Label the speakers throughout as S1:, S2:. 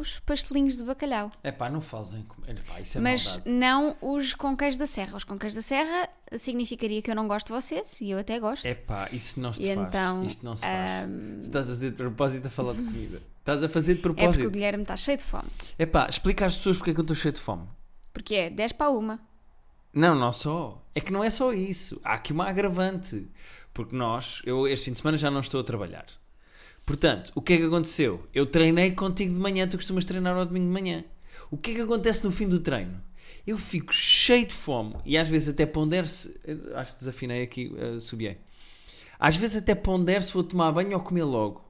S1: os pastelinhos de bacalhau.
S2: É pá, não fazem. com- Epá, isso é
S1: mas
S2: maldade.
S1: não os com queijo da serra. Os com queijo da serra significaria que eu não gosto de vocês e eu até gosto.
S2: É pá, isso não se
S1: E
S2: faz.
S1: então,
S2: Isto não se faz. Se estás a fazer de propósito a falar de comida. Estás a fazer de
S1: É porque o
S2: propósito.
S1: Guilherme está cheio de fome.
S2: É pá, explica às pessoas porque é que eu estou cheio de fome.
S1: Porque é 10 para uma.
S2: Não, não só. É que não é só isso. Há aqui uma agravante. Porque nós, eu este fim de semana já não estou a trabalhar. Portanto, o que é que aconteceu? Eu treinei contigo de manhã, tu costumas treinar ao domingo de manhã. O que é que acontece no fim do treino? Eu fico cheio de fome e às vezes até pondero se. eh, Acho que desafinei aqui, eh, subiei. Às vezes até pondero se vou tomar banho ou comer logo.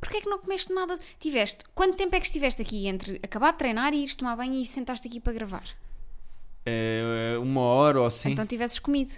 S1: Porquê é que não comeste nada? Tiveste. Quanto tempo é que estiveste aqui entre acabar de treinar e ires tomar banho e sentaste aqui para gravar?
S2: Eh, uma hora ou assim.
S1: Então tivesses comido.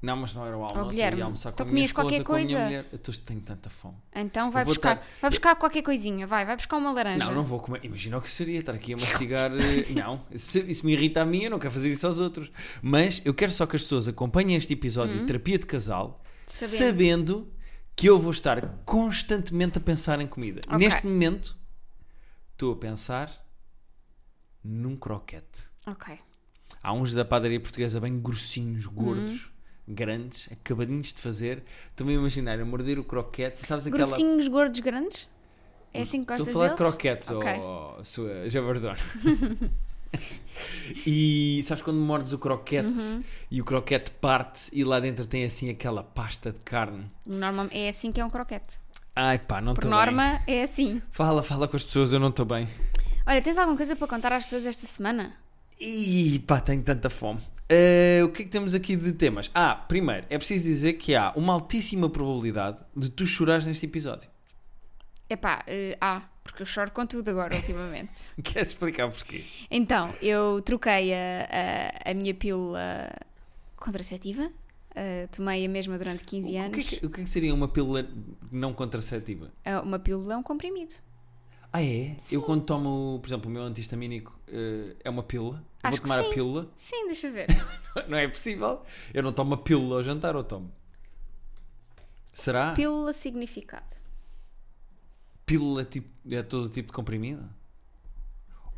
S2: Não, mas não era o almoço. eu
S1: Guilherme,
S2: ia almoçar com
S1: então
S2: a minha
S1: comias qualquer
S2: esposa, com a minha
S1: coisa?
S2: mulher. Eu tô- tenho tanta fome.
S1: Então vai
S2: Eu vou
S1: buscar.
S2: estar-
S1: Vai buscar qualquer coisinha, vai, vai buscar uma laranja.
S2: Não, não vou comer. Imagina o que seria estar aqui a mastigar. eh, não, Se- isso me irrita a mim, eu não quero fazer isso aos outros. Mas eu quero só que as pessoas acompanhem este episódio de terapia de casal,
S1: Uhum. Sabendo.
S2: sabendo que eu vou estar constantemente a pensar em comida.
S1: Ok.
S2: Neste momento, estou a pensar num croquete.
S1: Ok.
S2: Há uns da padaria portuguesa bem grossinhos,
S1: Uhum.
S2: gordos, grandes, acabadinhos de fazer. Estou-me a imaginar a morder o croquete. Sabes aquela.
S1: Grossinhos, gordos, grandes? É assim que
S2: Estou
S1: gostas
S2: a falar de
S1: deles?
S2: croquetes, ó,
S1: Ok.
S2: sua jabardona. e sabes quando mordes o croquete
S1: Uhum.
S2: e o croquete parte e lá dentro tem assim aquela pasta de carne?
S1: Normal- é assim que é um croquete.
S2: Ai pá, não
S1: Por
S2: estou bem.
S1: norma, é assim.
S2: Fala, fala com as pessoas, eu não estou bem.
S1: Olha, tens alguma coisa para contar às pessoas esta semana?
S2: E pá, tenho tanta fome. Eh, o que é que temos aqui de temas? Ah, primeiro, é preciso dizer que há uma altíssima probabilidade de tu chorares neste episódio.
S1: Epá, eh, ah, porque eu choro com tudo agora, ultimamente.
S2: Queres explicar porquê?
S1: então, eu troquei a, a, a minha pílula contraceptiva. eh, tomei a mesma durante 15
S2: O que, é
S1: anos.
S2: que- o que é que seria uma pílula não contraceptiva?
S1: Eh, Uma pílula é um comprimido.
S2: Ah, é? Eu quando tomo, por exemplo, o meu antihistamínico eh, é uma pílula. Eu
S1: Acho
S2: vou
S1: que
S2: tomar
S1: sim.
S2: a pílula.
S1: Sim, deixa eu ver.
S2: Não é possível. Eu não tomo a pílula ao jantar ou tomo. Será?
S1: Pílula significado.
S2: Pílula tipo, é todo tipo de comprimido?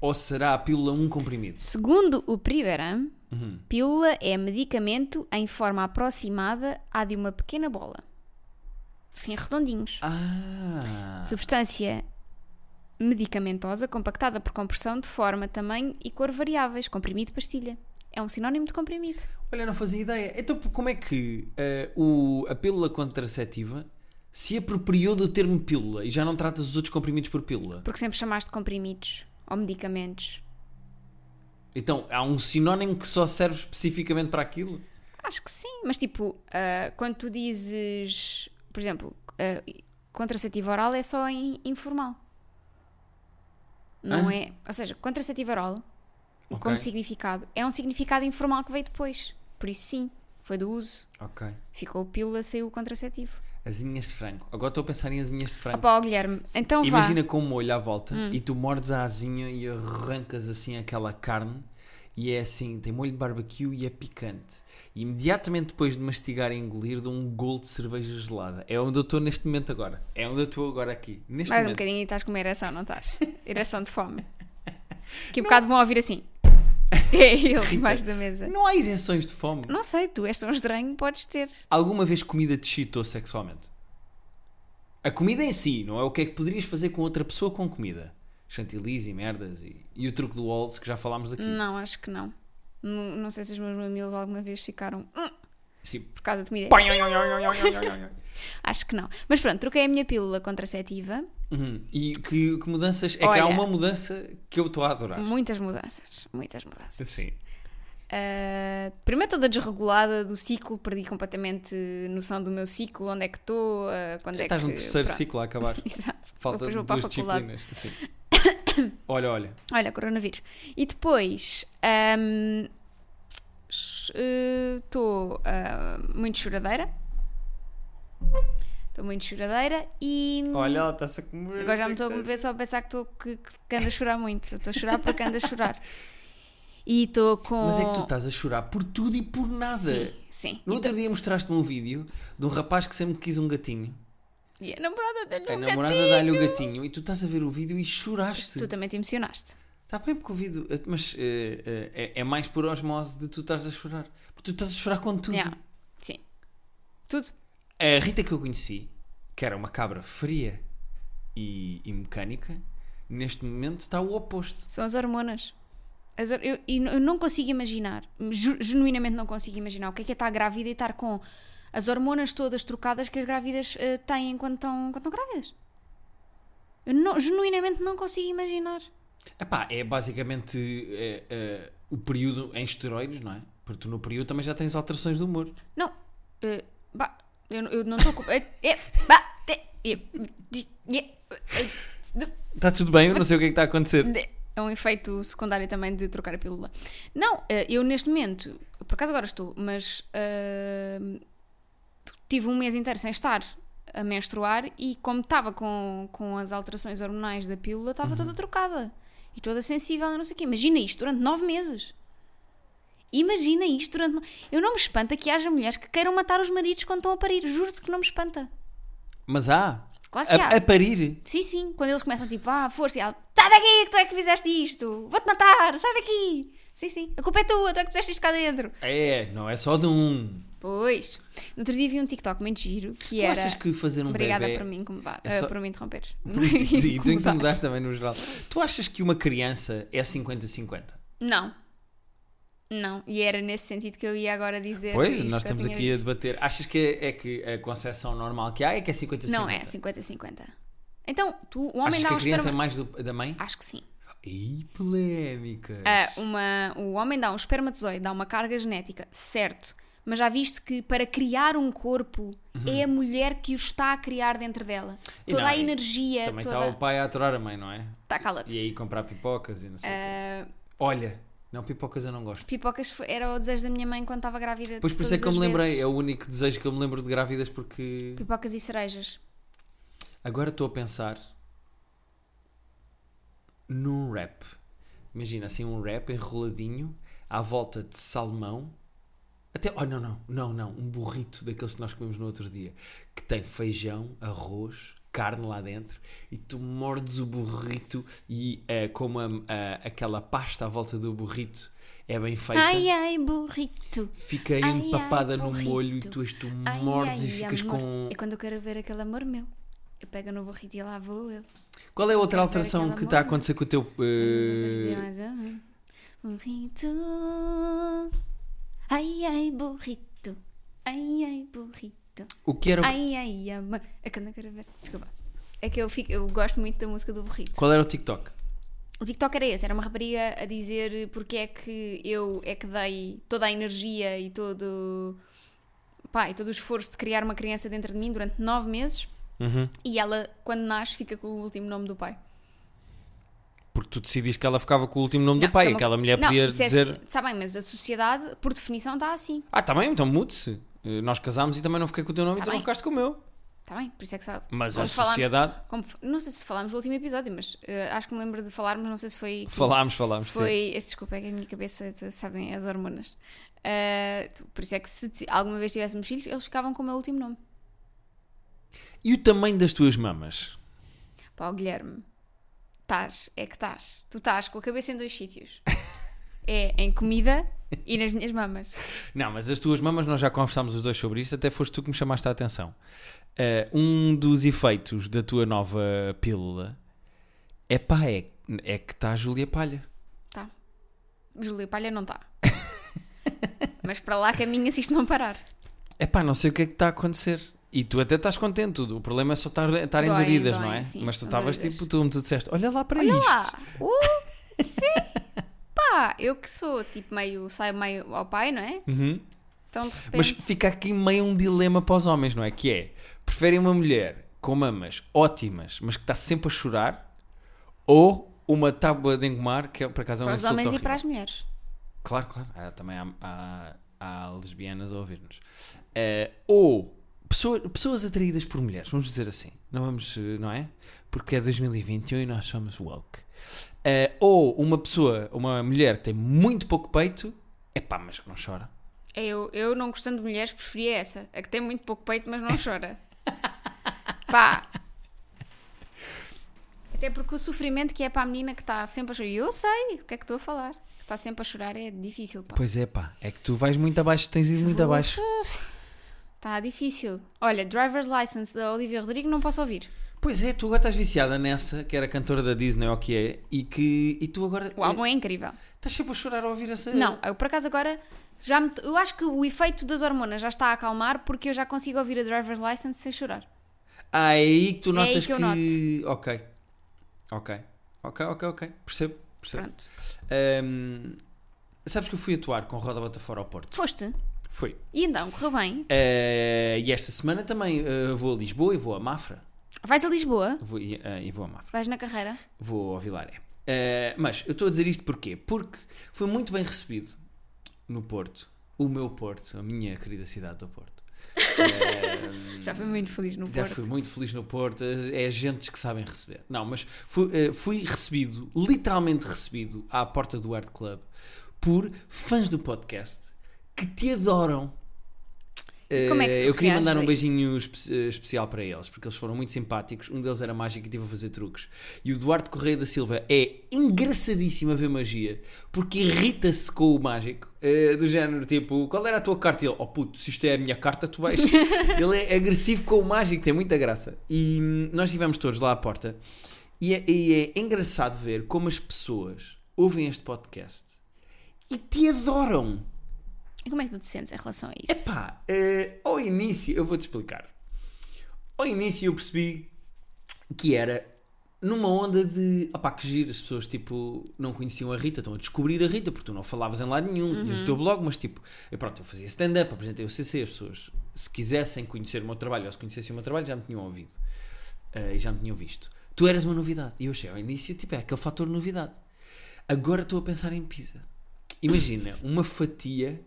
S2: Ou será a pílula um comprimido?
S1: Segundo o Priveram,
S2: Uhum.
S1: pílula é medicamento em forma aproximada à de uma pequena bola. Assim, redondinhos.
S2: Ah!
S1: Substância medicamentosa compactada por compressão de forma, tamanho e cor variáveis. Comprimido, pastilha. É um sinónimo de comprimido.
S2: Olha, não fazia ideia. Então como é que eh, o, a pílula contraceptiva se apropriou do termo pílula e já não tratas os outros comprimidos por pílula?
S1: Porque sempre chamaste comprimidos ou medicamentos.
S2: Então há um sinónimo que só serve especificamente para aquilo?
S1: Acho que sim, mas tipo, ah, quando tu dizes, por exemplo, ah, contraceptivo oral é só em informal. Não
S2: Hã?
S1: é. Ou seja, contraceptivo oral,
S2: Ok.
S1: como significado, é um significado informal que veio depois. Por isso, sim, foi do uso.
S2: Ok.
S1: Ficou a pílula, saiu o contraceptivo.
S2: Asinhas de frango. Agora estou a pensar em asinhas de frango.
S1: Opa, ó, Guilherme, Ah, então
S2: Imagina
S1: vá. Hum.
S2: com um molho à volta e tu mordes a asinha e arrancas assim aquela carne e é assim, tem molho de barbecue e é picante. E imediatamente depois de mastigar e engolir, dou um gol de cerveja gelada. É onde eu estou neste momento agora. É onde eu estou agora aqui. Neste
S1: Mais um
S2: momento.
S1: bocadinho e estás com uma ereção, não estás? Ereção de fome. Que um bocado vão ouvir assim. É ele, debaixo da mesa.
S2: Não há ereções de fome.
S1: Não sei, tu és tão estranho, podes ter.
S2: Alguma vez comida te excitou sexualmente? A comida em si, não é o que é que poderias fazer com outra pessoa com comida. Chantilis e merdas e, e o truque do Walls que já falámos aqui.
S1: Não, acho que não. Não, não sei se os meus mamilos alguma vez ficaram "Hum",
S2: Sim.
S1: por causa de comida.
S2: Uhum.
S1: Acho que não. Mas pronto, troquei a minha pílula contraceptiva.
S2: Uhum. E que, que mudanças? É que
S1: Olha. Hum.
S2: há uma mudança que eu estou a adorar.
S1: Muitas mudanças, muitas mudanças.
S2: Sim.
S1: Ah, primeiro toda desregulada do ciclo, perdi completamente noção do meu ciclo, onde é que estou, ah, quando é que...
S2: Estás num terceiro
S1: pronto.
S2: ciclo a acabar.
S1: Exato.
S2: Falta
S1: Depois vou para a
S2: duas
S1: faculdade.
S2: disciplinas. Sim. Olha, olha.
S1: Olha, coronavírus. E depois hum, estou hum, muito choradeira. Estou muito choradeira e hum,
S2: Olha, ela está-se a comer.
S1: agora já me estou a comover só a pensar que, estou que, que ando a chorar muito. Eu Estou a chorar porque ando a chorar. E estou com.
S2: Mas é que tu estás a chorar por tudo e por nada.
S1: Sim, sim.
S2: No outro dia mostraste-me um vídeo de um rapaz que sempre quis um gatinho
S1: E a namorada dele
S2: A namorada dá-lhe o gatinho e tu estás a ver o vídeo e choraste.
S1: Tu tá- também te emocionaste.
S2: Está bem porque o vídeo. Mas eh, eh, é, é mais por osmose de tu estás a chorar. Porque tu estás a chorar com tudo.
S1: Yeah. Sim. Tudo.
S2: A Rita que eu conheci, que era uma cabra fria e, e mecânica, neste momento está o oposto.
S1: São as hormonas. As hor- eu, e n- eu não consigo imaginar, ju- genuinamente não consigo imaginar o que é que é estar grávida e estar com as hormonas todas trocadas que as grávidas eh, têm quando estão, quando estão grávidas. Eu não- genuinamente não consigo imaginar.
S2: Epá, é basicamente eh, eh, o período em esteroides, não é? Porque tu no período também já tens alterações de humor.
S1: Não, eh, bah, eu, eu não estou com. eh, eh, bah, te- eh, di- eh, eh,
S2: Está tudo bem, eu não sei o que é que está a acontecer.
S1: de- É um efeito secundário também de trocar a pílula. Não, eh, eu neste momento, por acaso agora estou, mas ahm, tive um mês inteiro sem estar a menstruar e como estava com, com as alterações hormonais da pílula, estava toda trocada e toda sensível e não sei o quê. Imagina isto durante nove meses. Imagina isto durante. no- Eu não me espanta que haja mulheres que queiram matar os maridos quando estão a parir. Juro-te que não me espanta.
S2: Mas há.
S1: Claro Ah, que há.
S2: A, a parir.
S1: Sim, sim. Quando eles começam tipo, ah, força, e ela, sai daqui que tu é que fizeste isto, vou-te matar, sai daqui. Sim, sim. A culpa é tua, tu é que puseste isto cá dentro.
S2: É, não é só de um.
S1: Pois. No outro dia vi um TikTok muito giro que
S2: Tu
S1: era.
S2: achas que fazer um
S1: Obrigada
S2: bebê.
S1: por me incomodar,
S2: É só-
S1: ah, por me interromperes.
S2: e tu
S1: Incomodar.
S2: incomodar também no geral. Tu achas que uma criança é 50-50?
S1: Não. Não. E era nesse sentido que eu ia agora dizer.
S2: Pois,
S1: é isto
S2: nós
S1: que eu
S2: estamos
S1: tinha
S2: aqui a
S1: visto.
S2: debater. Achas que é, é que a concepção normal que há é que é 50-50?
S1: Não é, 50-50. Então, tu, o homem
S2: Achas
S1: dá uns
S2: que a
S1: para.
S2: criança é mais do- da mãe?
S1: Acho que sim.
S2: Ih, polémicas.
S1: Ah, uma, o homem dá um espermatozoide, dá uma carga genética, certo. Mas já viste que para criar um corpo é a mulher que o está a criar dentro dela.
S2: Uhum. E
S1: Toda
S2: não,
S1: a
S2: e
S1: energia,
S2: Também está
S1: toda.
S2: o pai a aturar a mãe, não é?
S1: Tá, cala-te.
S2: E aí comprar pipocas e não sei o quê.
S1: Ah,
S2: Olha, não, pipocas eu não gosto.
S1: pipocas foi- era o desejo da minha mãe quando estava grávida. de
S2: Pois por isso é
S1: todas
S2: que eu me
S1: as
S2: lembrei,
S1: vezes.
S2: é o único desejo que eu me lembro de grávidas porque
S1: Pipocas e cerejas.
S2: agora estou a pensar num rap. Imagina assim um rap enroladinho à volta de salmão. Até, oh não, não, não, não, um burrito daqueles que nós comemos no outro dia, que tem feijão, arroz, carne lá dentro, e tu mordes o burrito e eh, como a- a- aquela pasta à volta do burrito é bem feita,
S1: Ai ai, burrito.
S2: fica
S1: ai,
S2: empapada no
S1: burrito.
S2: molho e tu, as tu
S1: Ai,
S2: mordes
S1: ai,
S2: e ficas
S1: amor.
S2: com...
S1: E quando eu quero ver aquele amor meu, eu pego no burrito e lá vou eu.
S2: Qual é a outra
S1: Quero ver
S2: alteração
S1: aquela
S2: que está a
S1: mona.
S2: acontecer com o teu... eh,
S1: Mais um. Burrito. Ai, ai, burrito. Ai, ai, burrito.
S2: O que era o-
S1: Ai, ai, amor. É que eu não quero ver. Desculpa. É que eu, fico, eu gosto muito da música do burrito.
S2: Qual era o TikTok?
S1: O TikTok era esse, era uma rapariga a dizer porque é que eu é que dei toda a energia e todo, pá, e todo o esforço de criar uma criança dentro de mim durante nove meses e ela, quando nasce, fica com o último nome do pai.
S2: Porque tu decidiste que ela ficava com o último nome
S1: Não,
S2: do pai.
S1: isso é uma
S2: Aquela
S1: co-
S2: mulher
S1: Não,
S2: podia
S1: isso é
S2: dizer...
S1: assim, Está bem, mas a sociedade, por definição, está assim.
S2: Ah, tá bem, então mude-se. Eh, Nós casámos e também não fiquei com o teu nome e
S1: Tá
S2: tu não
S1: bem.
S2: ficaste com o meu.
S1: Está bem, por isso é que sabe.
S2: Mas a
S1: Como falámos-
S2: sociedade...
S1: como f- não sei se falámos no último episódio, mas eh, acho que me lembro de falarmos, não sei se foi. aqui.
S2: Falámos, falámos, sim.
S1: Foi. eh, Desculpa, é que a minha cabeça, tu- sabem, as hormonas. Eh, tu- por isso é que se ti- alguma vez tivéssemos filhos, eles ficavam com o meu último nome.
S2: E o tamanho das tuas mamas?
S1: Pá, o Guilherme, estás, é que estás. Tu estás com a cabeça em dois sítios: é em comida e nas minhas mamas.
S2: Não, mas as tuas mamas nós já conversámos os dois sobre isso, até foste tu que me chamaste a atenção. Eh, um dos efeitos da tua nova pílula é pá, é, é que está a Júlia Palha.
S1: Tá. Júlia Palha não está. Mas para lá caminha se isto não parar.
S2: É pá, não sei o que é que está a acontecer. E tu até estás contente, o problema é só estar, estar
S1: Dói,
S2: endurecidas,
S1: dói,
S2: não é?
S1: sim,
S2: Mas tu
S1: são
S2: estavas
S1: doridas.
S2: tipo, tu me disseste, olha lá para
S1: Olha
S2: isto.
S1: lá! Uh, sim! Pá, eu que sou tipo meio. saio meio ao pai, não é?
S2: Uhum.
S1: Então de repente.
S2: Mas fica aqui meio um dilema para os homens, não é? Que é, preferem uma mulher com mamas ótimas, mas que está sempre a chorar, ou uma tábua de engomar, que é, por acaso é um
S1: para os
S2: insulto
S1: homens e
S2: horrível.
S1: para as mulheres.
S2: Claro, claro. Há- também há, há- há lesbianas a ouvir-nos. Eh, ou pessoa- pessoas atraídas por mulheres, vamos dizer assim. Não vamos, eh, não é? Porque é 2021 e nós somos woke. Eh, ou uma pessoa, uma mulher que tem muito pouco peito, é pá, mas que não chora.
S1: É, Eu, eu não gostando de mulheres, preferia essa. A que tem muito pouco peito, mas não chora. Pá! Até porque o sofrimento que é para a menina que está sempre a chorar. E eu sei o que é que estou a falar. Que está sempre a chorar é difícil, pá.
S2: Pois é, pá. É que tu vais muito abaixo, tens ido muito abaixo.
S1: Está Tá difícil. Olha, Driver's License da Olivia Rodrigo não posso ouvir.
S2: Pois é, tu agora estás viciada nessa, que era cantora da Disney, ou que é, e que. E tu agora. eh,
S1: O álbum é incrível.
S2: Estás sempre a chorar ao ouvir essa.
S1: Não, eu por acaso agora já me- eu acho que o efeito das hormonas já está a acalmar porque eu já consigo ouvir a Driver's License sem chorar.
S2: Ah, é aí que tu
S1: É aí
S2: notas
S1: que eu
S2: Ok. Ok. Ok, ok, ok. Percebo, percebo.
S1: Pronto.
S2: Ahm, sabes que eu fui atuar com Roda Bota Fora ao Porto?
S1: Foste?
S2: Foi.
S1: E então, correu bem?
S2: Eh, e esta semana também eh, vou a Lisboa e vou a Mafra.
S1: Vais a Lisboa?
S2: Vou, e, eh, e vou a Mafra.
S1: Vais na carreira?
S2: Vou ao Vilaré. Eh, mas eu estou a dizer isto porquê? Porque foi muito bem recebido no Porto. O meu Porto, a minha querida cidade do Porto. Eh,
S1: Já fui muito feliz no
S2: Já
S1: Porto.
S2: fui muito feliz no Porto, é agentes que sabem receber. Não, mas fui, eh, fui recebido, literalmente recebido, à porta do Art Club por fãs do podcast que te adoram.
S1: E como é que
S2: Eh,
S1: tu
S2: eu queria
S1: reages
S2: mandar
S1: a
S2: um
S1: isso?
S2: beijinho espe- eh, especial para eles, porque eles foram muito simpáticos. Um deles era mágico e estive a fazer truques. E o Duarte Correia da Silva é engraçadíssimo a ver magia, porque irrita-se com o mágico, eh, do género tipo: qual era a tua carta? E ele: oh puto, se isto é a minha carta, tu vais. ele é agressivo com o mágico, tem muita graça. E hum, nós estivemos todos lá à porta, e é- e é engraçado ver como as pessoas ouvem este podcast e te adoram.
S1: E como é que tu te sentes em relação a isso?
S2: Epá, eh, ao início, eu vou-te explicar. Ao início eu percebi que era numa onda de opá, que giro, as pessoas tipo não conheciam a Rita, estão a descobrir a Rita porque tu não falavas em lado nenhum, tinhas o teu blog, mas tipo, eu, pronto, eu fazia stand-up, apresentei o CC, as pessoas se quisessem conhecer o meu trabalho ou se conhecessem o meu trabalho já me tinham ouvido eh, e já me tinham visto. Tu eras uma novidade e eu achei ao início, tipo, é aquele fator novidade. Agora estou a pensar em pizza. Imagina uma fatia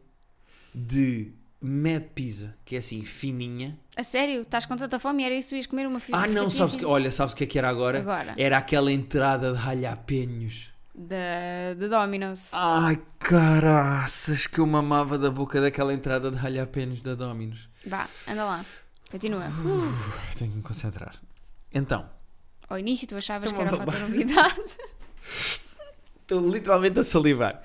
S2: de Mad Pizza, que é assim, fininha.
S1: A sério? Estás com tanta fome? Era isso? Tu ias comer uma fi-
S2: ah, não,
S1: fatia
S2: sabes
S1: aqui
S2: que, olha, sabes o que é que era agora?
S1: Agora.
S2: Era aquela entrada de ralhapenhos.
S1: Da, da Domino's.
S2: Ai, caraças, que eu mamava da boca daquela entrada de ralhapenhos da Dominos.
S1: Vá, anda lá. Continua.
S2: Uh. Ai, Tenho que me concentrar. Então,
S1: Ao início tu achavas
S2: Então
S1: que era
S2: vamos
S1: fator novidade.
S2: estou literalmente a salivar.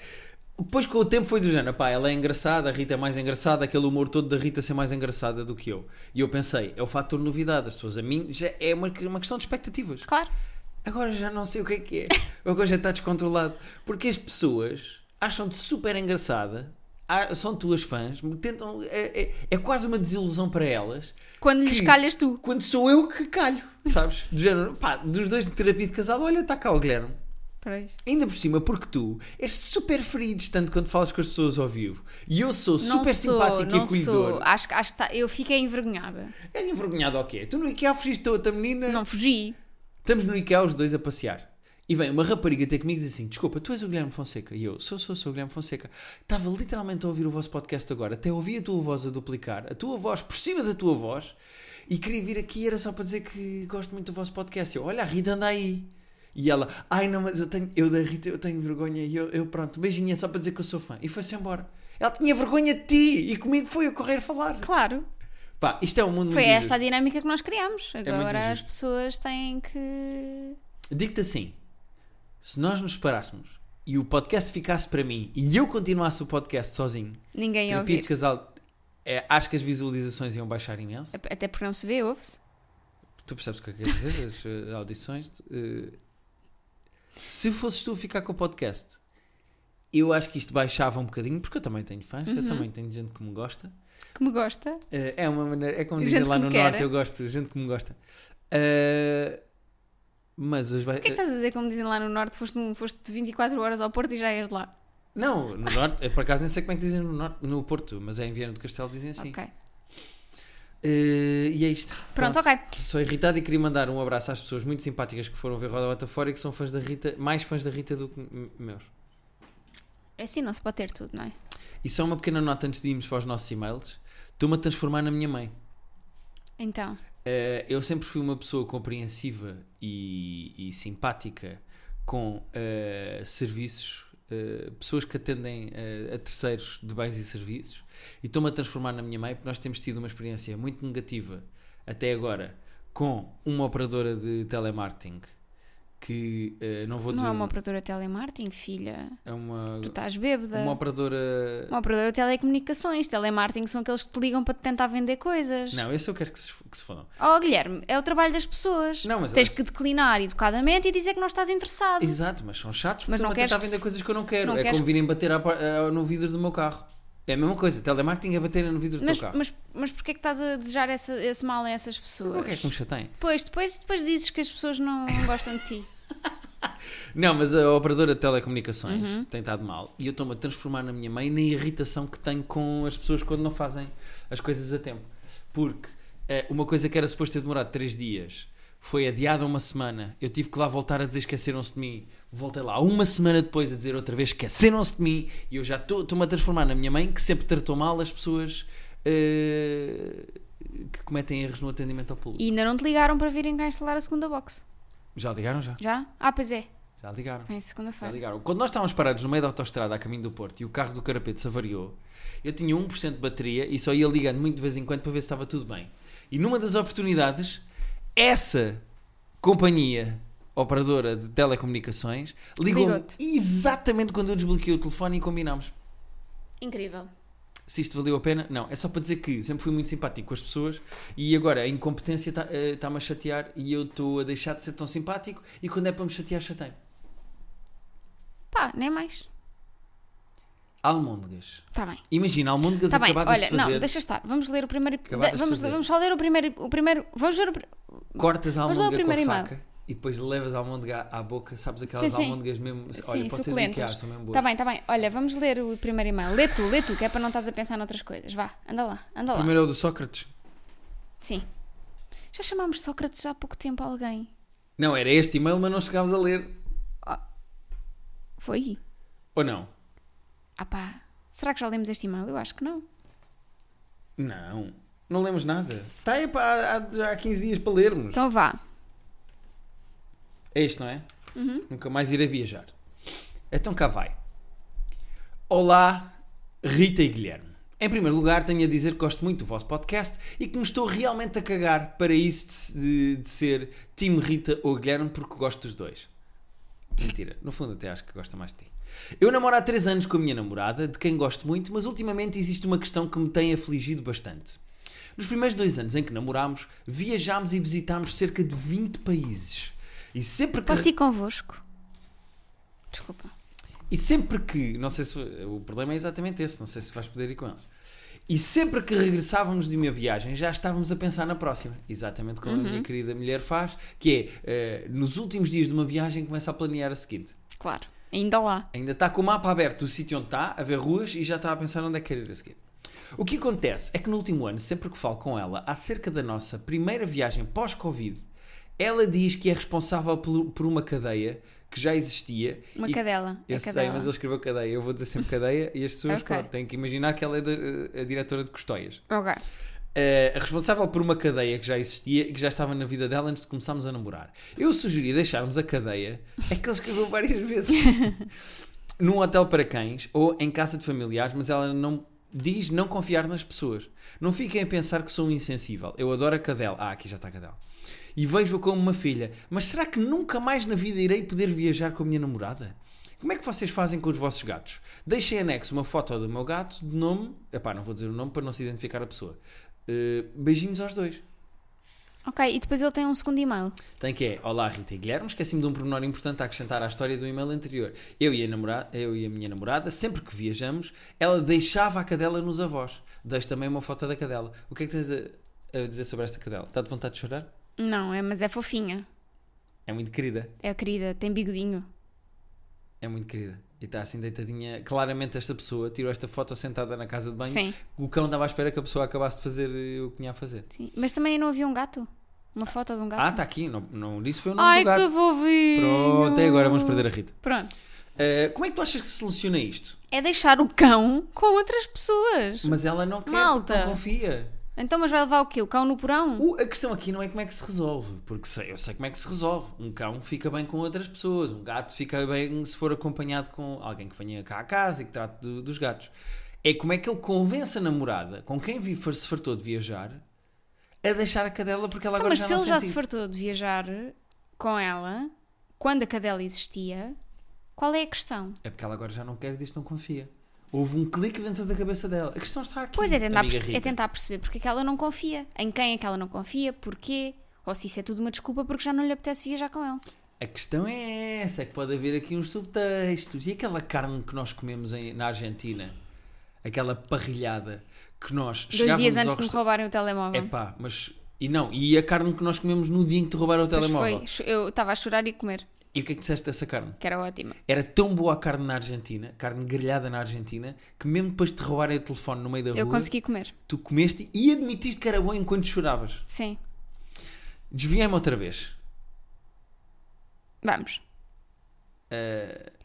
S2: Depois com o tempo foi do género, pá, ela é engraçada, a Rita é mais engraçada, aquele humor todo da Rita ser mais engraçada do que eu. E eu pensei, é o fator novidade, as pessoas a mim, já é uma, uma questão de expectativas.
S1: Claro.
S2: Agora já não sei o que é que é. Agora já está descontrolado. Porque as pessoas acham-te super engraçada, a- são tuas fãs, tentam, é, é- é quase uma desilusão para elas
S1: Quando lhes
S2: Que-
S1: calhas tu.
S2: quando sou eu que calho, sabes? Do género, pá, dos dois de terapia de casado, olha, está cá o Guilherme.
S1: Pois.
S2: Ainda por cima, porque tu és super frio e distante quando falas com as pessoas ao vivo. E eu sou
S1: Não
S2: super
S1: sou,
S2: simpático e
S1: não sou.
S2: acolhedor.
S1: Acho, que- acho que tá- eu fiquei envergonhada.
S2: É envergonhado ao quê? Tu no IKEA fugiste a outra menina.
S1: Não fugi.
S2: Estamos no IKEA os dois a passear. E vem uma rapariga ter comigo e diz assim: Desculpa, tu és o Guilherme Fonseca. E eu, sou, sou, sou o Guilherme Fonseca. Estava literalmente a ouvir o vosso podcast agora, até ouvi a tua voz a duplicar, a tua voz por cima da tua voz, e queria vir aqui, era só para dizer que gosto muito do vosso podcast. E eu, olha, a Rita anda aí. E ela, ai não, mas eu tenho, eu da Rita, eu tenho vergonha. E eu, eu pronto, beijinho, é só para dizer que eu sou fã. E foi-se embora. Ela tinha vergonha de ti, e comigo foi a correr falar.
S1: Claro.
S2: Pá, isto é um mundo
S1: Foi
S2: muito
S1: esta a dinâmica que nós criámos.
S2: É muito
S1: Agora as
S2: injusto.
S1: pessoas têm que.
S2: Digo-te assim: se nós nos parássemos e o podcast ficasse para mim e eu continuasse o podcast sozinho,
S1: Ninguém a
S2: terapia de
S1: ouvir.
S2: casal, é, acho que as visualizações iam baixar imenso.
S1: Até porque não se vê, ouve-se.
S2: Tu percebes o que eu quero dizer? As eh, audições. eh. se fosses tu a ficar com o podcast, eu acho que isto baixava um bocadinho, porque eu também tenho fãs,
S1: Uhum.
S2: eu também tenho gente que me gosta.
S1: Que me gosta.
S2: Eh, é uma maneira, é como
S1: Gente
S2: dizem lá
S1: que
S2: no
S1: me quer.
S2: norte, eu gosto, gente que me gosta. Eh, mas os ba-
S1: O que é que estás a dizer, como dizem lá no Norte? Foste, um- foste 24 horas ao Porto e já és lá.
S2: Não, no Norte, eu por acaso nem sei como é que dizem no, norte, no Porto, mas é em Viana do Castelo dizem assim.
S1: Ok.
S2: Eh, e é isto.
S1: Pronto, ok.
S2: Sou irritado e queria mandar um abraço às pessoas muito simpáticas que foram ver Roda Bota Fora e que são fãs da Rita, mais fãs da Rita do que m- meus.
S1: É assim, não se pode ter tudo, não é?
S2: E só uma pequena nota antes de irmos para os nossos e-mails. Estou-me a transformar na minha mãe.
S1: Então,
S2: Eh, eu sempre fui uma pessoa compreensiva e, e simpática com eh, serviços, eh, pessoas que atendem eh, a terceiros de bens e serviços, e estou-me a transformar na minha mãe, porque nós temos tido uma experiência muito negativa até agora com uma operadora de telemarketing que eh, não vou dizer.
S1: Não é uma operadora de telemarketing, filha.
S2: é uma,
S1: Tu estás bêbada.
S2: uma
S1: Uma,
S2: operadora.
S1: operadora de telecomunicações. Telemarketing são aqueles que te ligam para te tentar vender coisas.
S2: Não, esse eu quero que se, que se fodam.
S1: Oh, Guilherme, é o trabalho das pessoas.
S2: Não, mas
S1: Tens
S2: elas-
S1: que declinar educadamente e dizer que não estás interessado.
S2: Exato, mas são chatos porque
S1: Mas não
S2: estão a
S1: queres
S2: tentar
S1: que
S2: vender
S1: se-
S2: coisas que eu não quero.
S1: não
S2: é
S1: queres
S2: como virem bater à par- ah, no vidro do meu carro. É a mesma coisa, telemarketing é bater no vidro do
S1: Mas,
S2: teu carro.
S1: mas, mas porquê é que estás a desejar essa- esse mal a essas pessoas?
S2: O que é que me chatei?
S1: Pois, depois, depois dizes que as pessoas não gostam de ti.
S2: Não, mas a operadora de telecomunicações tem estado mal e eu estou-me a transformar na minha mãe na irritação que tenho com as pessoas quando não fazem as coisas a tempo. Porque eh, uma coisa que era suposto ter demorado 3 dias foi adiada uma semana. Eu tive que lá voltar a dizer esqueceram-se de mim. Voltei lá uma semana depois a dizer outra vez esqueceram-se de mim e eu já estou- estou-me a transformar na minha mãe que sempre tratou mal as pessoas eh, que cometem erros no atendimento ao público.
S1: E ainda não te ligaram para virem cá instalar a segunda box.
S2: Já ligaram? Já?
S1: Já? Ah, pois é.
S2: Já ligaram.
S1: Vem
S2: Já
S1: segunda-feira.
S2: ligaram. Quando nós estávamos parados no meio da autostrada a caminho do Porto e o carro do Carapete se avariou, eu tinha 1% de bateria e só ia ligando muito de vez em quando para ver se estava tudo bem. E numa das oportunidades, essa companhia operadora de telecomunicações ligou-me
S1: Ligou-te.
S2: exatamente quando eu desbloqueei o telefone e combinámos.
S1: Incrível.
S2: Se isto valeu a pena, não. É só para dizer que sempre fui muito simpático com as pessoas e agora a incompetência está- eh, está-me a chatear e eu estou a deixar de ser tão simpático e quando é para me chatear, chateio.
S1: Pá, nem mais.
S2: Almôndegas.
S1: Está bem.
S2: Imagina, almôndegas
S1: Está Tá bem,
S2: acabadas
S1: olha,
S2: de fazer.
S1: não, deixa estar. Vamos ler o primeiro.
S2: Acabadas
S1: da-
S2: de
S1: Vamos,
S2: fazer.
S1: vamos só ler o primeiro. O primeiro vamos ver o. pr-
S2: Cortas a
S1: Mas lá o
S2: almôndega com a
S1: primeiro
S2: faca e depois levas a almôndega à boca. Sabes aquelas
S1: Sim, sim.
S2: almôndegas mesmo... olha,
S1: Sim,
S2: pode ser é de Ikea,
S1: suculentas.
S2: são mesmo boas.
S1: Está bem, está bem. Olha, vamos ler o primeiro e-mail. Lê tu, lê tu, que é para não estás a pensar noutras coisas. Vá, anda lá, anda lá.
S2: Primeiro é o do Sócrates.
S1: Sim. Já chamámos Sócrates há pouco tempo a alguém.
S2: Não, era este e-mail, mas não chegámos a ler.
S1: Foi?
S2: Ou não?
S1: Ah pá, será que já lemos este e-mail? Eu acho que não.
S2: Não. Não lemos nada. Está aí pá, há, há, já há 15 dias para lermos.
S1: Então vá.
S2: É isto, não é? Nunca mais irei viajar. Então cá vai. Olá, Rita e Guilherme. Em primeiro lugar, tenho a dizer que gosto muito do vosso podcast e que me estou realmente a cagar para isso de se- de, de ser Time Rita ou Guilherme, porque gosto dos dois. Mentira, no fundo até acho que gosta mais de ti. Eu namoro há 3 anos com a minha namorada, de quem gosto muito, mas ultimamente existe uma questão que me tem afligido bastante. Nos primeiros dois anos em que namorámos, viajámos e visitámos cerca de 20 países. E sempre que.
S1: Posso ir convosco? Desculpa.
S2: E sempre que, não sei se o problema é exatamente esse, não sei se vais poder ir com eles. E sempre que regressávamos de uma viagem, já estávamos a pensar na próxima. Exatamente como a minha querida mulher faz, que é eh, nos últimos dias de uma viagem começa a planear a seguinte.
S1: Claro. Ainda lá.
S2: Ainda está com o mapa aberto do sítio onde está, a ver ruas e já está a pensar onde é que quer ir a seguir. O que acontece é que no último ano, sempre que falo com ela acerca da nossa primeira viagem pós-Covid, ela diz que é responsável pelo- por uma cadeia que já existia.
S1: Uma
S2: e-
S1: cadela.
S2: eu
S1: é
S2: sei,
S1: cadela.
S2: mas ele escreveu cadeia. Eu vou dizer sempre cadeia e as pessoas
S1: Ok.
S2: pronto, têm que imaginar que ela é da- a diretora de Custóias.
S1: Ok.
S2: Eh, a responsável por uma cadeia que já existia e que já estava na vida dela antes de começarmos a namorar. Eu sugeri deixarmos a cadeia, é que ele escreveu várias vezes, num hotel para cães ou em casa de familiares, mas ela não diz não confiar nas pessoas. Não fiquem a pensar que sou insensível. Eu adoro a cadela. Ah, aqui já está a cadela. E vejo-a como uma filha. Mas será que nunca mais na vida irei poder viajar com a minha namorada? Como é que vocês fazem com os vossos gatos? Deixei anexo uma foto do meu gato, de nome. Epá, não vou dizer o nome para não se identificar a pessoa. Uh, beijinhos aos dois.
S1: Ok, e depois ele tem um segundo e-mail.
S2: Tem que é, olá Rita e Guilherme, esqueci-me de um pormenor importante a acrescentar à história do e-mail anterior. Eu e, a namora- eu e a minha namorada, sempre que viajamos, ela deixava a cadela nos avós. Deixo também uma foto da cadela. O que é que tens a, a dizer sobre esta cadela? Está de vontade de chorar?
S1: Não, é, mas é fofinha.
S2: É muito querida,
S1: É querida, tem bigodinho.
S2: é muito querida. E está assim deitadinha. Claramente esta pessoa tirou esta foto sentada na casa de banho.
S1: Sim,
S2: O cão estava à espera que a pessoa acabasse de fazer eh, o que tinha a fazer.
S1: sim. Mas também não havia um gato? Uma foto de um gato?
S2: Ah, está aqui. Não, não disse foi o nome
S1: Ai,
S2: do gato.
S1: que vovinho!
S2: Pronto, é- até agora vamos perder a Rita.
S1: Pronto.
S2: Eh, como é que tu achas que se soluciona isto?
S1: É deixar o cão com outras pessoas.
S2: Mas ela não quer,
S1: Malta.
S2: não confia.
S1: Então, mas vai levar o quê? O cão no porão?
S2: O- a questão aqui não é como é que se resolve, porque sei- eu sei como é que se resolve. Um cão fica bem com outras pessoas, um gato fica bem se for acompanhado com alguém que venha cá à casa e que trate do- dos gatos. É como é que ele convence a namorada, com quem vi- se fartou de viajar, a deixar a cadela porque ela
S1: Então,
S2: agora
S1: mas
S2: já
S1: se
S2: não
S1: ele já
S2: sente
S1: se
S2: isso.
S1: fartou de viajar com ela, quando a cadela existia, qual é a questão?
S2: É porque ela agora já não quer disto, não confia. Houve um clique dentro da cabeça dela. A questão está aqui.
S1: Pois é, tentar,
S2: amiga
S1: perce- é
S2: Rita.
S1: tentar perceber porque é que ela não confia. Em quem é que ela não confia, porquê, ou se isso é tudo uma desculpa porque já não lhe apetece viajar com ele.
S2: A questão é essa, é que pode haver aqui uns subtextos. E aquela carne que nós comemos em- na Argentina? Aquela parrilhada que nós
S1: Dois dias antes
S2: ao
S1: de me
S2: resta-
S1: roubarem o telemóvel.
S2: Epá, mas... E não, e a carne que nós comemos no dia em que te roubaram o
S1: Pois
S2: telemóvel?
S1: foi, cho- eu estava a chorar e comer,
S2: E o que é que disseste dessa carne?
S1: que era ótima.
S2: Era tão boa a carne na Argentina, carne grelhada na Argentina, que mesmo depois de te roubarem o telefone no meio da
S1: Eu
S2: rua,
S1: consegui comer,
S2: tu comeste e admitiste que era bom enquanto choravas.
S1: sim.
S2: Desviei-me outra vez.
S1: Vamos.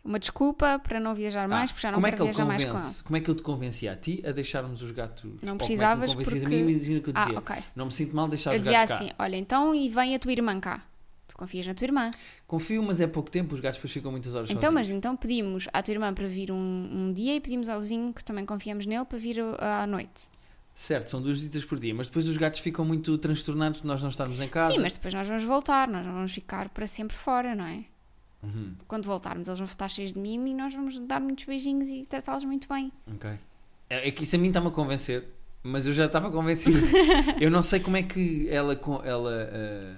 S1: Uma desculpa para não viajar mais,
S2: Eh, Ah,
S1: porque já não
S2: como é
S1: quero
S2: que ele
S1: viajar mais
S2: convence?
S1: com ele.
S2: Como é que eu te convenci a ti a deixarmos os gatos? Ou como é que me
S1: precisavas
S2: convencias a
S1: porque-
S2: mim? Imagina o que eu
S1: Ah,
S2: dizia.
S1: ok.
S2: Não me sinto mal deixar
S1: Eu
S2: os
S1: dizia
S2: gatos cá.
S1: assim: olha, então e vem a tua irmã cá. Tu confias na tua irmã.
S2: Confio, mas é pouco tempo, os gatos depois ficam muitas horas
S1: Então, mas
S2: sozinhos.
S1: então pedimos à tua irmã para vir um, um dia e pedimos ao vizinho, que também confiamos nele, para vir uh, à noite.
S2: Certo, são duas visitas por dia, mas depois os gatos ficam muito transtornados de nós não estarmos em casa.
S1: Sim, mas depois nós vamos voltar, nós não vamos ficar para sempre fora, não é?
S2: Uhum,
S1: Quando voltarmos, eles vão estar cheios de mimo e nós vamos dar muitos beijinhos e tratá-los muito bem.
S2: ok. É é que isso a mim está-me a convencer, mas eu já estava convencido. eu não sei como é que ela, co- ela ah,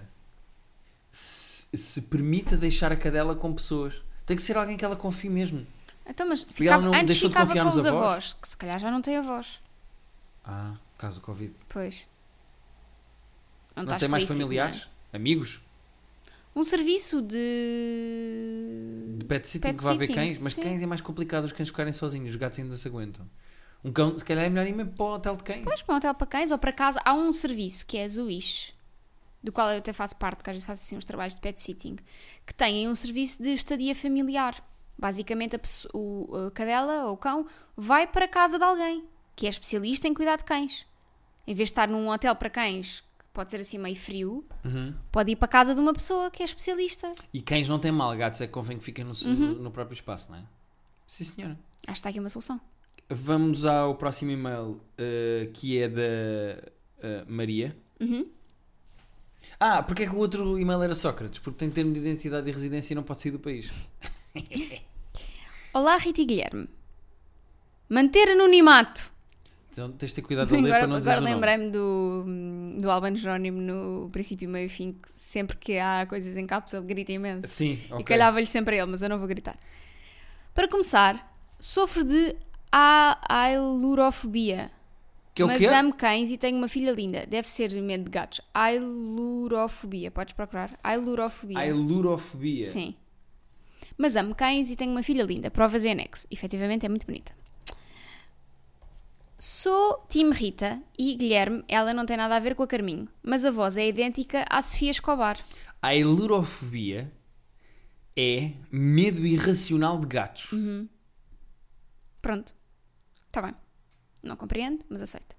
S2: se, se permite deixar a cadela com pessoas. Tem que ser alguém que ela confie mesmo.
S1: Então, mas
S2: E ela
S1: ficava,
S2: não
S1: antes
S2: deixou de
S1: ficava
S2: confiar
S1: com
S2: nos
S1: os
S2: avós?
S1: avós, que se calhar já não tem avós.
S2: Ah, por causa do Covid.
S1: Pois. Não, é?
S2: Não
S1: está
S2: tem mais
S1: explícito,
S2: familiares? Amigos?
S1: não é? Um serviço de.
S2: De pet sitting
S1: Pet
S2: que vai haver
S1: sitting,
S2: cães? Mas
S1: sim.
S2: cães é mais complicado os cães ficarem sozinhos, os gatos ainda se aguentam. Um cão, se calhar é melhor ir mesmo para o hotel de cães.
S1: Mas para um hotel para cães ou para casa, há um serviço que é a Zooish, do qual eu até faço parte, porque às vezes faço assim uns trabalhos de pet sitting, que têm um serviço de estadia familiar. Basicamente, a, pesso- o, a cadela ou o cão vai para a casa de alguém que é especialista em cuidar de cães. Em vez de estar num hotel para cães, que pode ser assim meio frio,
S2: Uhum.
S1: pode ir para a casa de uma pessoa que é especialista.
S2: E cães não têm mal, gatos é que convém que fiquem no,
S1: Uhum.
S2: no- no próprio espaço, não é? Sim, senhora.
S1: Acho que está aqui uma solução.
S2: Vamos ao próximo e-mail eh, que é da eh, Maria.
S1: Uhum.
S2: Ah, porque é que o outro e-mail era Sócrates? Porque tem termo de identidade e residência e não pode sair do país.
S1: Olá, Rita e Guilherme. Manter anonimato.
S2: Então tens de ter cuidado de ler para
S1: Agora,
S2: não
S1: agora
S2: dizeres o nome.
S1: lembrei-me do, do Albano Jerónimo no princípio, meio e fim, que sempre que há coisas em cápsula ele grita imenso.
S2: Sim, ok.
S1: E calhava-lhe sempre a ele, mas eu não vou gritar. Para começar, sofro de a- ailurofobia.
S2: Que é o
S1: mas
S2: quê?
S1: amo cães e tenho uma filha linda. Deve ser medo de gatos. Ailurofobia. Podes procurar. Ailurofobia.
S2: Ailurofobia.
S1: Sim. Mas amo cães e tenho uma filha linda. Provas em anexo. Efetivamente é muito bonita. Sou Tim Rita e Guilherme, ela não tem nada a ver com a Carminho, mas a voz é idêntica à Sofia Escobar.
S2: A ilurofobia é medo irracional de gatos.
S1: Uhum. Pronto. Está bem. Não compreendo, mas aceito.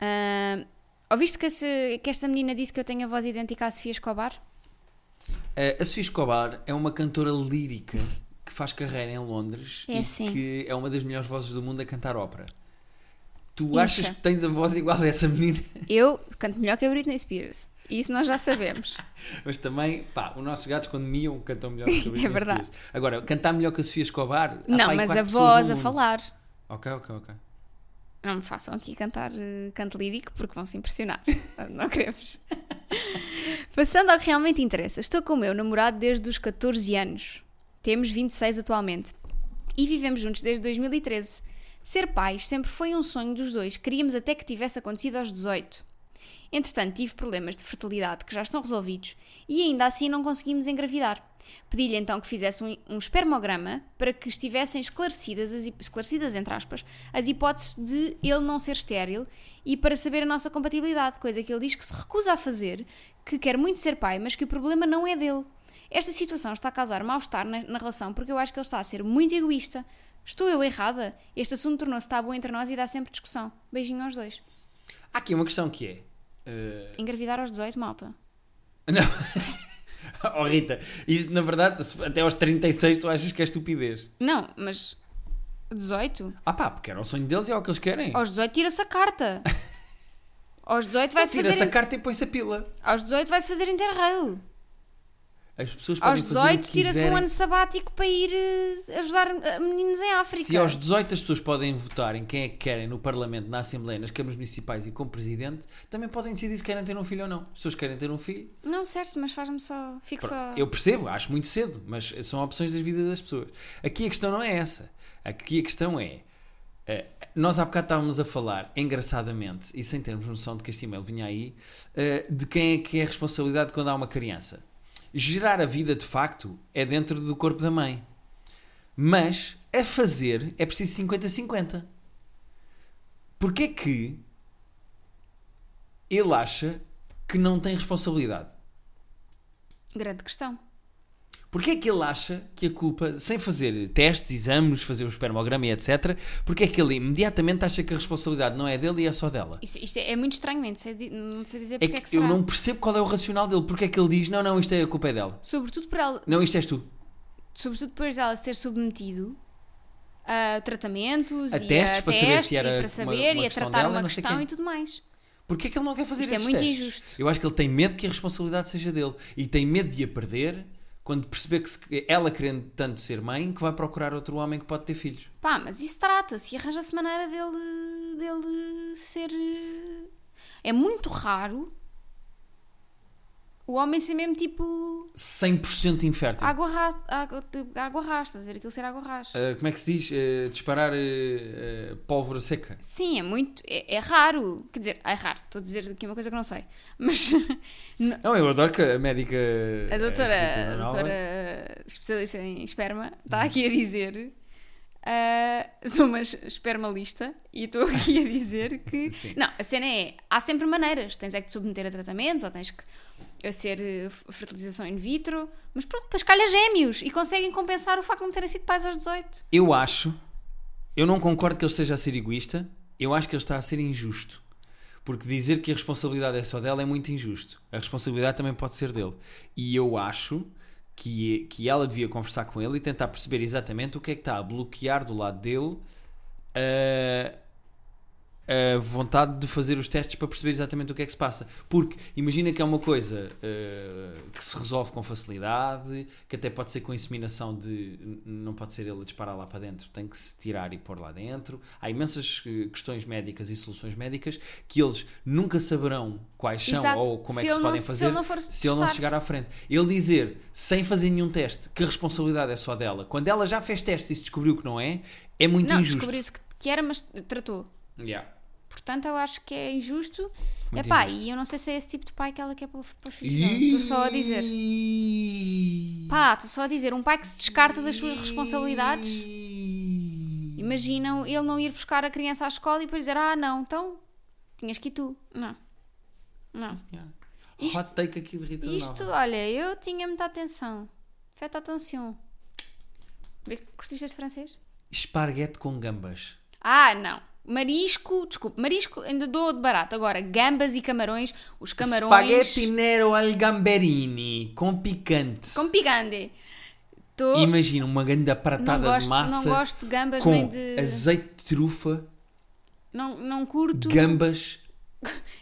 S1: Ah, ouviste que, esse- que esta menina disse que eu tenho a voz idêntica à Sofia Escobar?
S2: A- A Sofia Escobar é uma cantora lírica que faz carreira em Londres
S1: É
S2: e
S1: sim.
S2: que é uma das melhores vozes do mundo a cantar ópera. Tu
S1: Incha.
S2: achas que tens a voz igual a essa menina?
S1: Eu canto melhor que a Britney Spears. Isso nós já sabemos.
S2: Mas também, pá, os nossos gatos quando miam cantam melhor que a Britney
S1: É verdade.
S2: Spears. Agora, cantar melhor que a Sofia Escobar. há, pá,
S1: não,
S2: aí
S1: mas
S2: quatro
S1: a
S2: pessoas
S1: voz
S2: no
S1: a
S2: mundo.
S1: falar.
S2: Ok, ok, ok.
S1: Não me façam aqui cantar eh, canto lírico porque vão se impressionar. Não queremos. Passando ao que realmente interessa, estou com o meu namorado desde os 14 anos. Temos 26 atualmente. E vivemos juntos desde 2013. Ser pais sempre foi um sonho dos dois. Queríamos até que tivesse acontecido aos 18. Entretanto, tive problemas de fertilidade que já estão resolvidos e ainda assim não conseguimos engravidar. Pedi-lhe então que fizesse um, um espermograma para que estivessem esclarecidas, as, hip- esclarecidas entre aspas, as hipóteses de ele não ser estéril e para saber a nossa compatibilidade, coisa que ele diz que se recusa a fazer, que quer muito ser pai, mas que o problema não é dele. Esta situação está a causar mal-estar na, na relação porque eu acho que ele está a ser muito egoísta. Estou eu errada? Este assunto tornou-se tabu entre nós e dá sempre discussão. Beijinho aos dois.
S2: Há aqui uma questão que é. eh,
S1: Engravidar aos 18, malta.
S2: Oh Rita, isso na verdade, se- até aos 36 tu achas que é estupidez.
S1: Não, mas 18?
S2: Ah pá, porque era o sonho deles e é o que eles querem.
S1: Aos 18 tira-se a carta. Aos 18 vai-se
S2: Tira-se
S1: fazer.
S2: a carta e põe-se a pila.
S1: Aos 18 vai-se fazer interrail.
S2: As pessoas podem
S1: Aos
S2: fazer o
S1: 18
S2: que
S1: tira-se
S2: quiserem.
S1: um ano sabático para ir eh, ajudar eh, meninos em África.
S2: Se aos 18 as pessoas podem votar em quem é que querem no Parlamento, na Assembleia, nas câmaras municipais e como presidente, também podem decidir se querem ter um filho ou não. Se as pessoas querem ter um filho,
S1: Não, certo, mas faz-me só. Fico só.
S2: Eu percebo, acho muito cedo, mas são opções das vidas das pessoas. Aqui a questão não é essa. Aqui a questão é. eh, nós há bocado estávamos a falar, engraçadamente, e sem termos noção de que este e-mail vinha aí, eh, de quem é que é a responsabilidade quando há uma criança. Gerar a vida, de facto, é dentro do corpo da mãe. Mas, a fazer, é preciso 50-50. Porquê é que ele acha que não tem responsabilidade?
S1: Grande questão.
S2: Porquê é que ele acha que a culpa, sem fazer testes, exames, fazer um espermograma e etc., porquê é que ele imediatamente acha que a responsabilidade não é dele e é só dela?
S1: Isso, isto é, é muito estranho, nem sei, di- não sei dizer
S2: É
S1: porque é que,
S2: que
S1: será.
S2: eu não percebo qual é o racional dele. Porquê é que ele diz, não, não, isto é a culpa é dela.
S1: Sobretudo, por ela,
S2: Não, isto és tu.
S1: sobretudo depois dela se ter submetido a tratamentos
S2: A
S1: e
S2: testes
S1: a
S2: para
S1: testes
S2: saber se era
S1: e para
S2: uma-
S1: saber
S2: uma
S1: e a
S2: questão
S1: tratar
S2: dela,
S1: uma
S2: não sei
S1: questão
S2: quê.
S1: e tudo mais.
S2: Porquê é que ele não quer fazer
S1: Isto é
S2: esses
S1: muito
S2: testes?
S1: injusto.
S2: Eu acho que ele tem medo que a responsabilidade seja dele. E tem medo de a perder quando perceber que se- ela querendo tanto ser mãe que vai procurar outro homem que pode ter filhos.
S1: Pá, mas isso trata-se e arranja-se maneira dele, dele ser. eh, É muito raro o homem ser mesmo tipo
S2: 100% infértil.
S1: água, ra- água, tipo, água rasta, estás a ver aquilo ser água rasta.
S2: Ah, como é que se diz? Ah, disparar ah, ah, pólvora seca.
S1: Sim, é muito. É, é raro. Quer dizer, é raro, estou a dizer aqui uma coisa que não sei. Mas n-
S2: Não, eu adoro que a médica. É,
S1: a doutora,
S2: Rita
S1: a
S2: Nova-
S1: doutora especialista em esperma está
S2: Uhum.
S1: aqui a dizer. ah, sou uma es- espermalista e estou aqui a dizer que.
S2: Sim.
S1: Não, a cena é. Há sempre maneiras. Tens é que te submeter a tratamentos ou tens que a ser eh, f- fertilização in vitro. Mas pronto, depois calha gêmeos e conseguem compensar o facto de não terem sido pais aos 18.
S2: Eu acho. Eu não concordo que ele esteja a ser egoísta. Eu acho que ele está a ser injusto. Porque dizer que a responsabilidade é só dela é muito injusto. A responsabilidade também pode ser dele. E eu acho que, que ela devia conversar com ele e tentar perceber exatamente o que é que está a bloquear do lado dele ah, a vontade de fazer os testes para perceber exatamente o que é que se passa. Porque imagina que é uma coisa eh, que se resolve com facilidade, que até pode ser com inseminação de. n- Não pode ser ele a disparar lá para dentro, tem que se tirar e pôr lá dentro. Há imensas eh, questões médicas e soluções médicas que eles nunca saberão quais são
S1: Exato.
S2: ou como é
S1: Se
S2: que se
S1: ele
S2: podem
S1: não- se
S2: fazer
S1: ele não for
S2: se ele não
S1: testar-se.
S2: chegar à frente. Ele dizer, sem fazer nenhum teste, que a responsabilidade é só dela, quando ela já fez teste e se descobriu que não é, é muito
S1: não,
S2: injusto.
S1: descobriu-se que, que era, mas tratou.
S2: Yeah.
S1: Portanto, eu acho que é injusto.
S2: Muito
S1: Epá,
S2: injusto.
S1: e eu não sei se é esse tipo de pai que ela quer para para os filhos. não. Estou só a dizer. Pá, estou só a dizer. Um pai que se descarta das suas responsabilidades. Imaginam ele não ir buscar a criança à escola e depois dizer: Ah, não, então tinhas que ir tu. Não. Não.
S2: Yeah.
S1: Isto-
S2: Hot take aqui de Rita
S1: Isto,
S2: Nova.
S1: olha, eu tinha muita atenção. Feta atenção. Vê- Curtiste este francês?
S2: Esparguete com gambas.
S1: Ah, não. Marisco, desculpe, marisco ainda dou de barato. Agora, gambas e camarões. Os camarões.
S2: Spaghetti nero al gamberini, com picante.
S1: Com picante. Tô...
S2: Imagina uma grande
S1: Não
S2: pratada de
S1: gosto, não
S2: massa
S1: gosto de gambas nem
S2: com
S1: de.
S2: azeite de trufa,
S1: Não, não curto.
S2: gambas,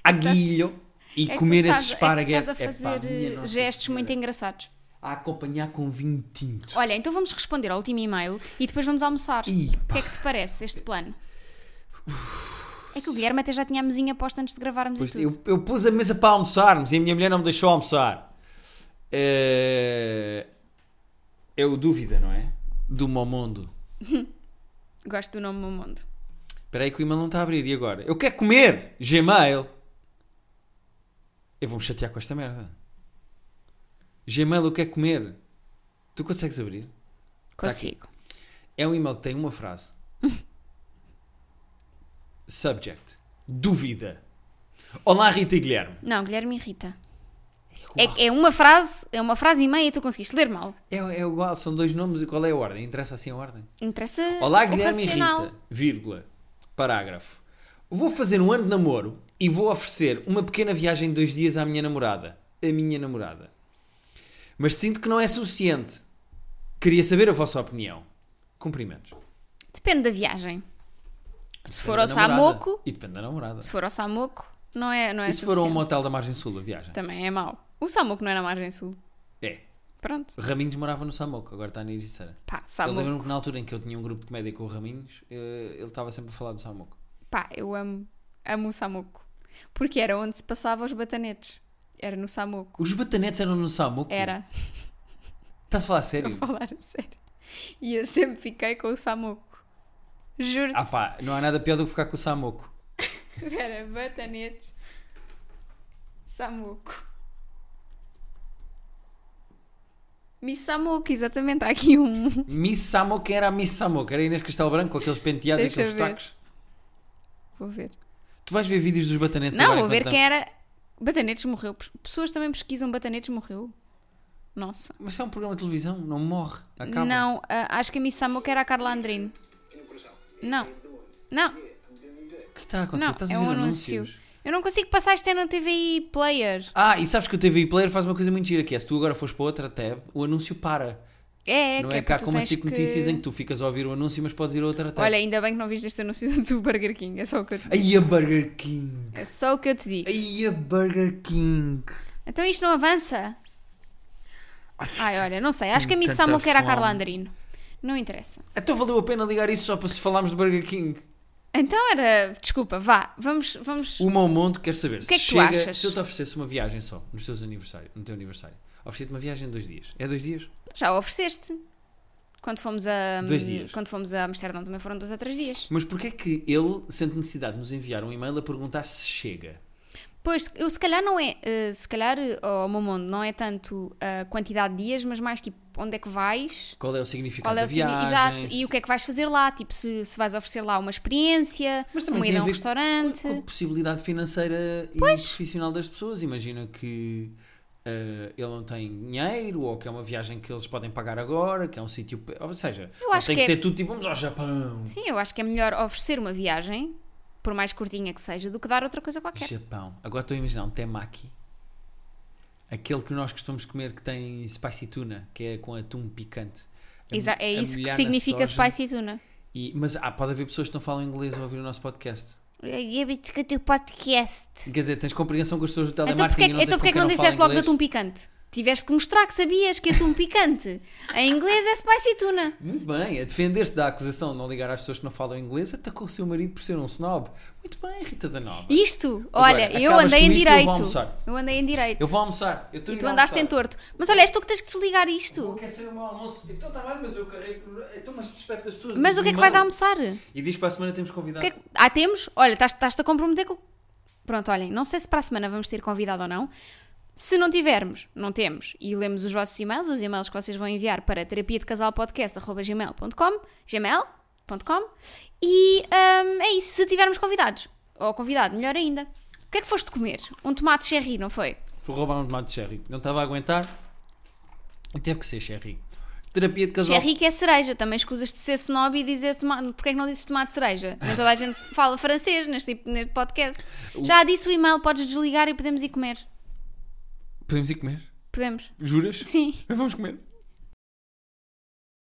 S2: aguilho e
S1: É que tu
S2: comer
S1: estás-
S2: esse esparguete.
S1: É que tu estás a
S2: Epá,
S1: fazer
S2: minha
S1: eh,
S2: Nossa
S1: gestos
S2: Senhora.
S1: muito engraçados.
S2: A acompanhar com vinho tinto.
S1: Olha, então vamos responder ao último e-mail e depois vamos almoçar.
S2: Ih,
S1: O que é que te parece este plano? É que o Guilherme até já tinha a mesinha posta antes de gravarmos e
S2: Pois,
S1: tudo.
S2: eu, eu pus a mesa para almoçarmos e a minha mulher não me deixou almoçar. É, é o dúvida, não é? Do mau mundo.
S1: Gosto do nome Meu
S2: Tá
S1: Mundo.
S2: Espera aí que o imã não está a abrir. E agora? Eu quero comer! Gmail! Eu vou-me chatear com esta merda. Gmail, eu quero comer. Tu consegues abrir? Tá aqui.
S1: Consigo.
S2: É um e-mail que tem uma frase. Subject. Dúvida. Olá, Rita e Guilherme.
S1: Não, Guilherme irrita. É, é uma frase, é uma frase e meia e tu conseguiste ler mal.
S2: É, é igual, são dois nomes e qual é a ordem? Interessa assim a ordem?
S1: Interessa.
S2: Olá,
S1: o
S2: Guilherme e
S1: racional.
S2: Rita, vírgula, parágrafo. Vou fazer um ano de namoro e vou oferecer uma pequena viagem de dois dias à minha namorada. A minha namorada. Mas sinto que não é suficiente. Queria saber a vossa opinião. Cumprimentos.
S1: Depende da viagem. Se for
S2: Depende
S1: ao
S2: da namorada.
S1: Samoco,
S2: E depende da namorada.
S1: se for ao Samoco, não é, não é
S2: e se for a um
S1: suficiente.
S2: motel da Margem Sul, a viagem?
S1: Também é mau. O Samuco não é na margem sul.
S2: É.
S1: Pronto.
S2: Raminhos morava no Samoco, agora está na Ericeira.
S1: Pá,
S2: Eu
S1: Samuco.
S2: lembro-me que na altura em que eu tinha um grupo de comédia com o Raminhos, eh, ele estava sempre a falar do Samoco.
S1: Pá, eu amo, amo o Samuco. Porque era onde se passava os batanetes. Era no Samuco.
S2: Os batanetes eram no Samoco?
S1: Era,
S2: Estás a falar a
S1: estou
S2: sério?
S1: a falar a sério. E eu sempre fiquei com o Samuco. Juro,
S2: Ah pá, não há nada pior do que ficar com o Samoco. Ah.
S1: te era batanetes. Samuco. Miss Samuco, exatamente. Há aqui um.
S2: Miss Samoco era a Miss Samoco, era a Inês Castelo Branco, com aqueles penteados e
S1: Deixa
S2: aqueles
S1: eu ver.
S2: tacos.
S1: Vou ver.
S2: Tu vais ver vídeos dos batanetes
S1: Não,
S2: agora
S1: vou ver
S2: enquanto
S1: quem era. Batanetes morreu. Pes- Pessoas também pesquisam Batanetes morreu. Nossa.
S2: Mas é um programa de televisão, não morre, acaba.
S1: Não, ah, acho que a Miss Samuco era a Carla Andrino. Não. Não,
S2: O que está a acontecer?
S1: não,
S2: Estás
S1: é
S2: a ver
S1: um anúncio.
S2: tá anúncios?
S1: Eu não consigo passar isto é na TVI Player.
S2: Ah, e sabes que o TV Player faz uma coisa muito gira, que é se tu agora fores para outra tab, o anúncio para.
S1: É, é
S2: não
S1: que
S2: é,
S1: é
S2: cá
S1: porque tu
S2: como a
S1: tens
S2: SIC
S1: que...
S2: Notícias em que tu tá. ficas a ouvir o anúncio, mas podes ir a outra tab.
S1: Olha, ainda bem que não viste este anúncio do Burger King. É só o que eu te,
S2: Aí a Burger King!
S1: é só o que eu te digo.
S2: Aí a Burger King!
S1: Então isto não avança? Ai, olha, não sei. Acho que a Miss
S2: tanta
S1: Samuco era a Carla
S2: fome.
S1: Andrino. Não interessa.
S2: Então valeu a pena ligar isso só para se falarmos de Burger King.
S1: Então era. Desculpa, vá. Vamos. vamos...
S2: Uma ao monte, quero saber.
S1: que é que
S2: se
S1: tu
S2: chega-
S1: achas?
S2: Se eu te oferecesse uma viagem só, nos teus aniversário, no teu aniversário, ofereci-te uma viagem de dois dias. É dois dias?
S1: Já o ofereceste. Quando fomos a.
S2: Dois dias.
S1: Quando fomos a Amsterdão também foram dois ou três dias.
S2: Mas porquê é que ele sente necessidade de nos enviar um e-mail a perguntar se chega?
S1: Pois, eu se calhar não é. eh, se calhar, oh, Mamondo, não é tanto a quantidade de dias, mas mais tipo onde é que vais.
S2: Qual é o significado
S1: Qual é
S2: da
S1: o signi-
S2: viagem?
S1: Exato,
S2: se-
S1: e o que é que vais fazer lá? Tipo, se, se vais oferecer lá uma experiência,
S2: Mas também
S1: uma
S2: tem
S1: ida a um
S2: a ver
S1: restaurante.
S2: Com é a possibilidade financeira e profissional das pessoas. Imagina que ah, ele não tem dinheiro ou que é uma viagem que eles podem pagar agora, que é um sítio. pe- Ou seja,
S1: Eu
S2: não
S1: acho
S2: tem
S1: que
S2: que,
S1: é-
S2: ser tudo tipo vamos ao Japão.
S1: Sim, eu acho que é melhor oferecer uma viagem, por mais curtinha que seja, do que dar outra coisa qualquer.
S2: Japão. Agora estou a imaginar um temaki. Aquele que nós costumamos comer que tem spicy tuna, que é com atum picante. A
S1: Exa-
S2: mu-
S1: é
S2: a
S1: isso que
S2: molhar na
S1: significa
S2: soja
S1: spicy tuna.
S2: E, mas ah, pode haver pessoas que não falam inglês a ouvir o nosso podcast.
S1: Gabito é que o teu podcast.
S2: Quer dizer, tens compreensão com as pessoas do
S1: Então porque,
S2: telemarketing
S1: é
S2: e
S1: que-
S2: não tens
S1: então
S2: com
S1: porque é que
S2: quem
S1: não
S2: fala
S1: disseste logo de
S2: inglês?
S1: atum picante? Tiveste que mostrar que sabias que atum picante em inglês é spicy tuna.
S2: Muito bem, a defender-se da acusação de não ligar às pessoas que não falam inglês, atacou o seu marido por ser um snob. Muito bem, Rita da Nova.
S1: Isto,
S2: Agora,
S1: olha, eu andei em
S2: acabas com isto e eu vou
S1: direito.
S2: almoçar.
S1: Eu andei em direito.
S2: Eu vou almoçar. Eu
S1: E tu andaste em torto. Mas olha, és tu que tens que desligar isto.
S2: Quer ser o meu almoço? Então está bem, mas eu carrego. Então, mas despeito das pessoas.
S1: Mas o que é que vais almoçar? O
S2: E diz para a semana temos convidado.
S1: que é que- Ah, temos? Olha, estás- estás-te a comprometer com. Pronto, olhem, não sei se para a semana vamos ter convidado ou não. Se não tivermos, não temos. E lemos os vossos e-mails, os e-mails que vocês vão enviar para terapia de casal podcast.gmail.com gmail.com e hum, é isso, se tivermos convidados. Ou convidado, melhor ainda. O que é que foste comer? Um tomate cherry, não foi?
S2: Vou roubar um tomate de sherry. Não estava a aguentar. E teve que ser sherry. Terapia de casal.
S1: Cherry que é cereja, também escusas de ser snob e dizer tomate. Porquê é que não dizes tomate cereja? Nem toda a gente fala francês neste, tipo- neste podcast. Já disse o e-mail, podes desligar e podemos ir comer.
S2: Podemos ir comer?
S1: Podemos?
S2: Juras?
S1: Sim.
S2: Vamos comer.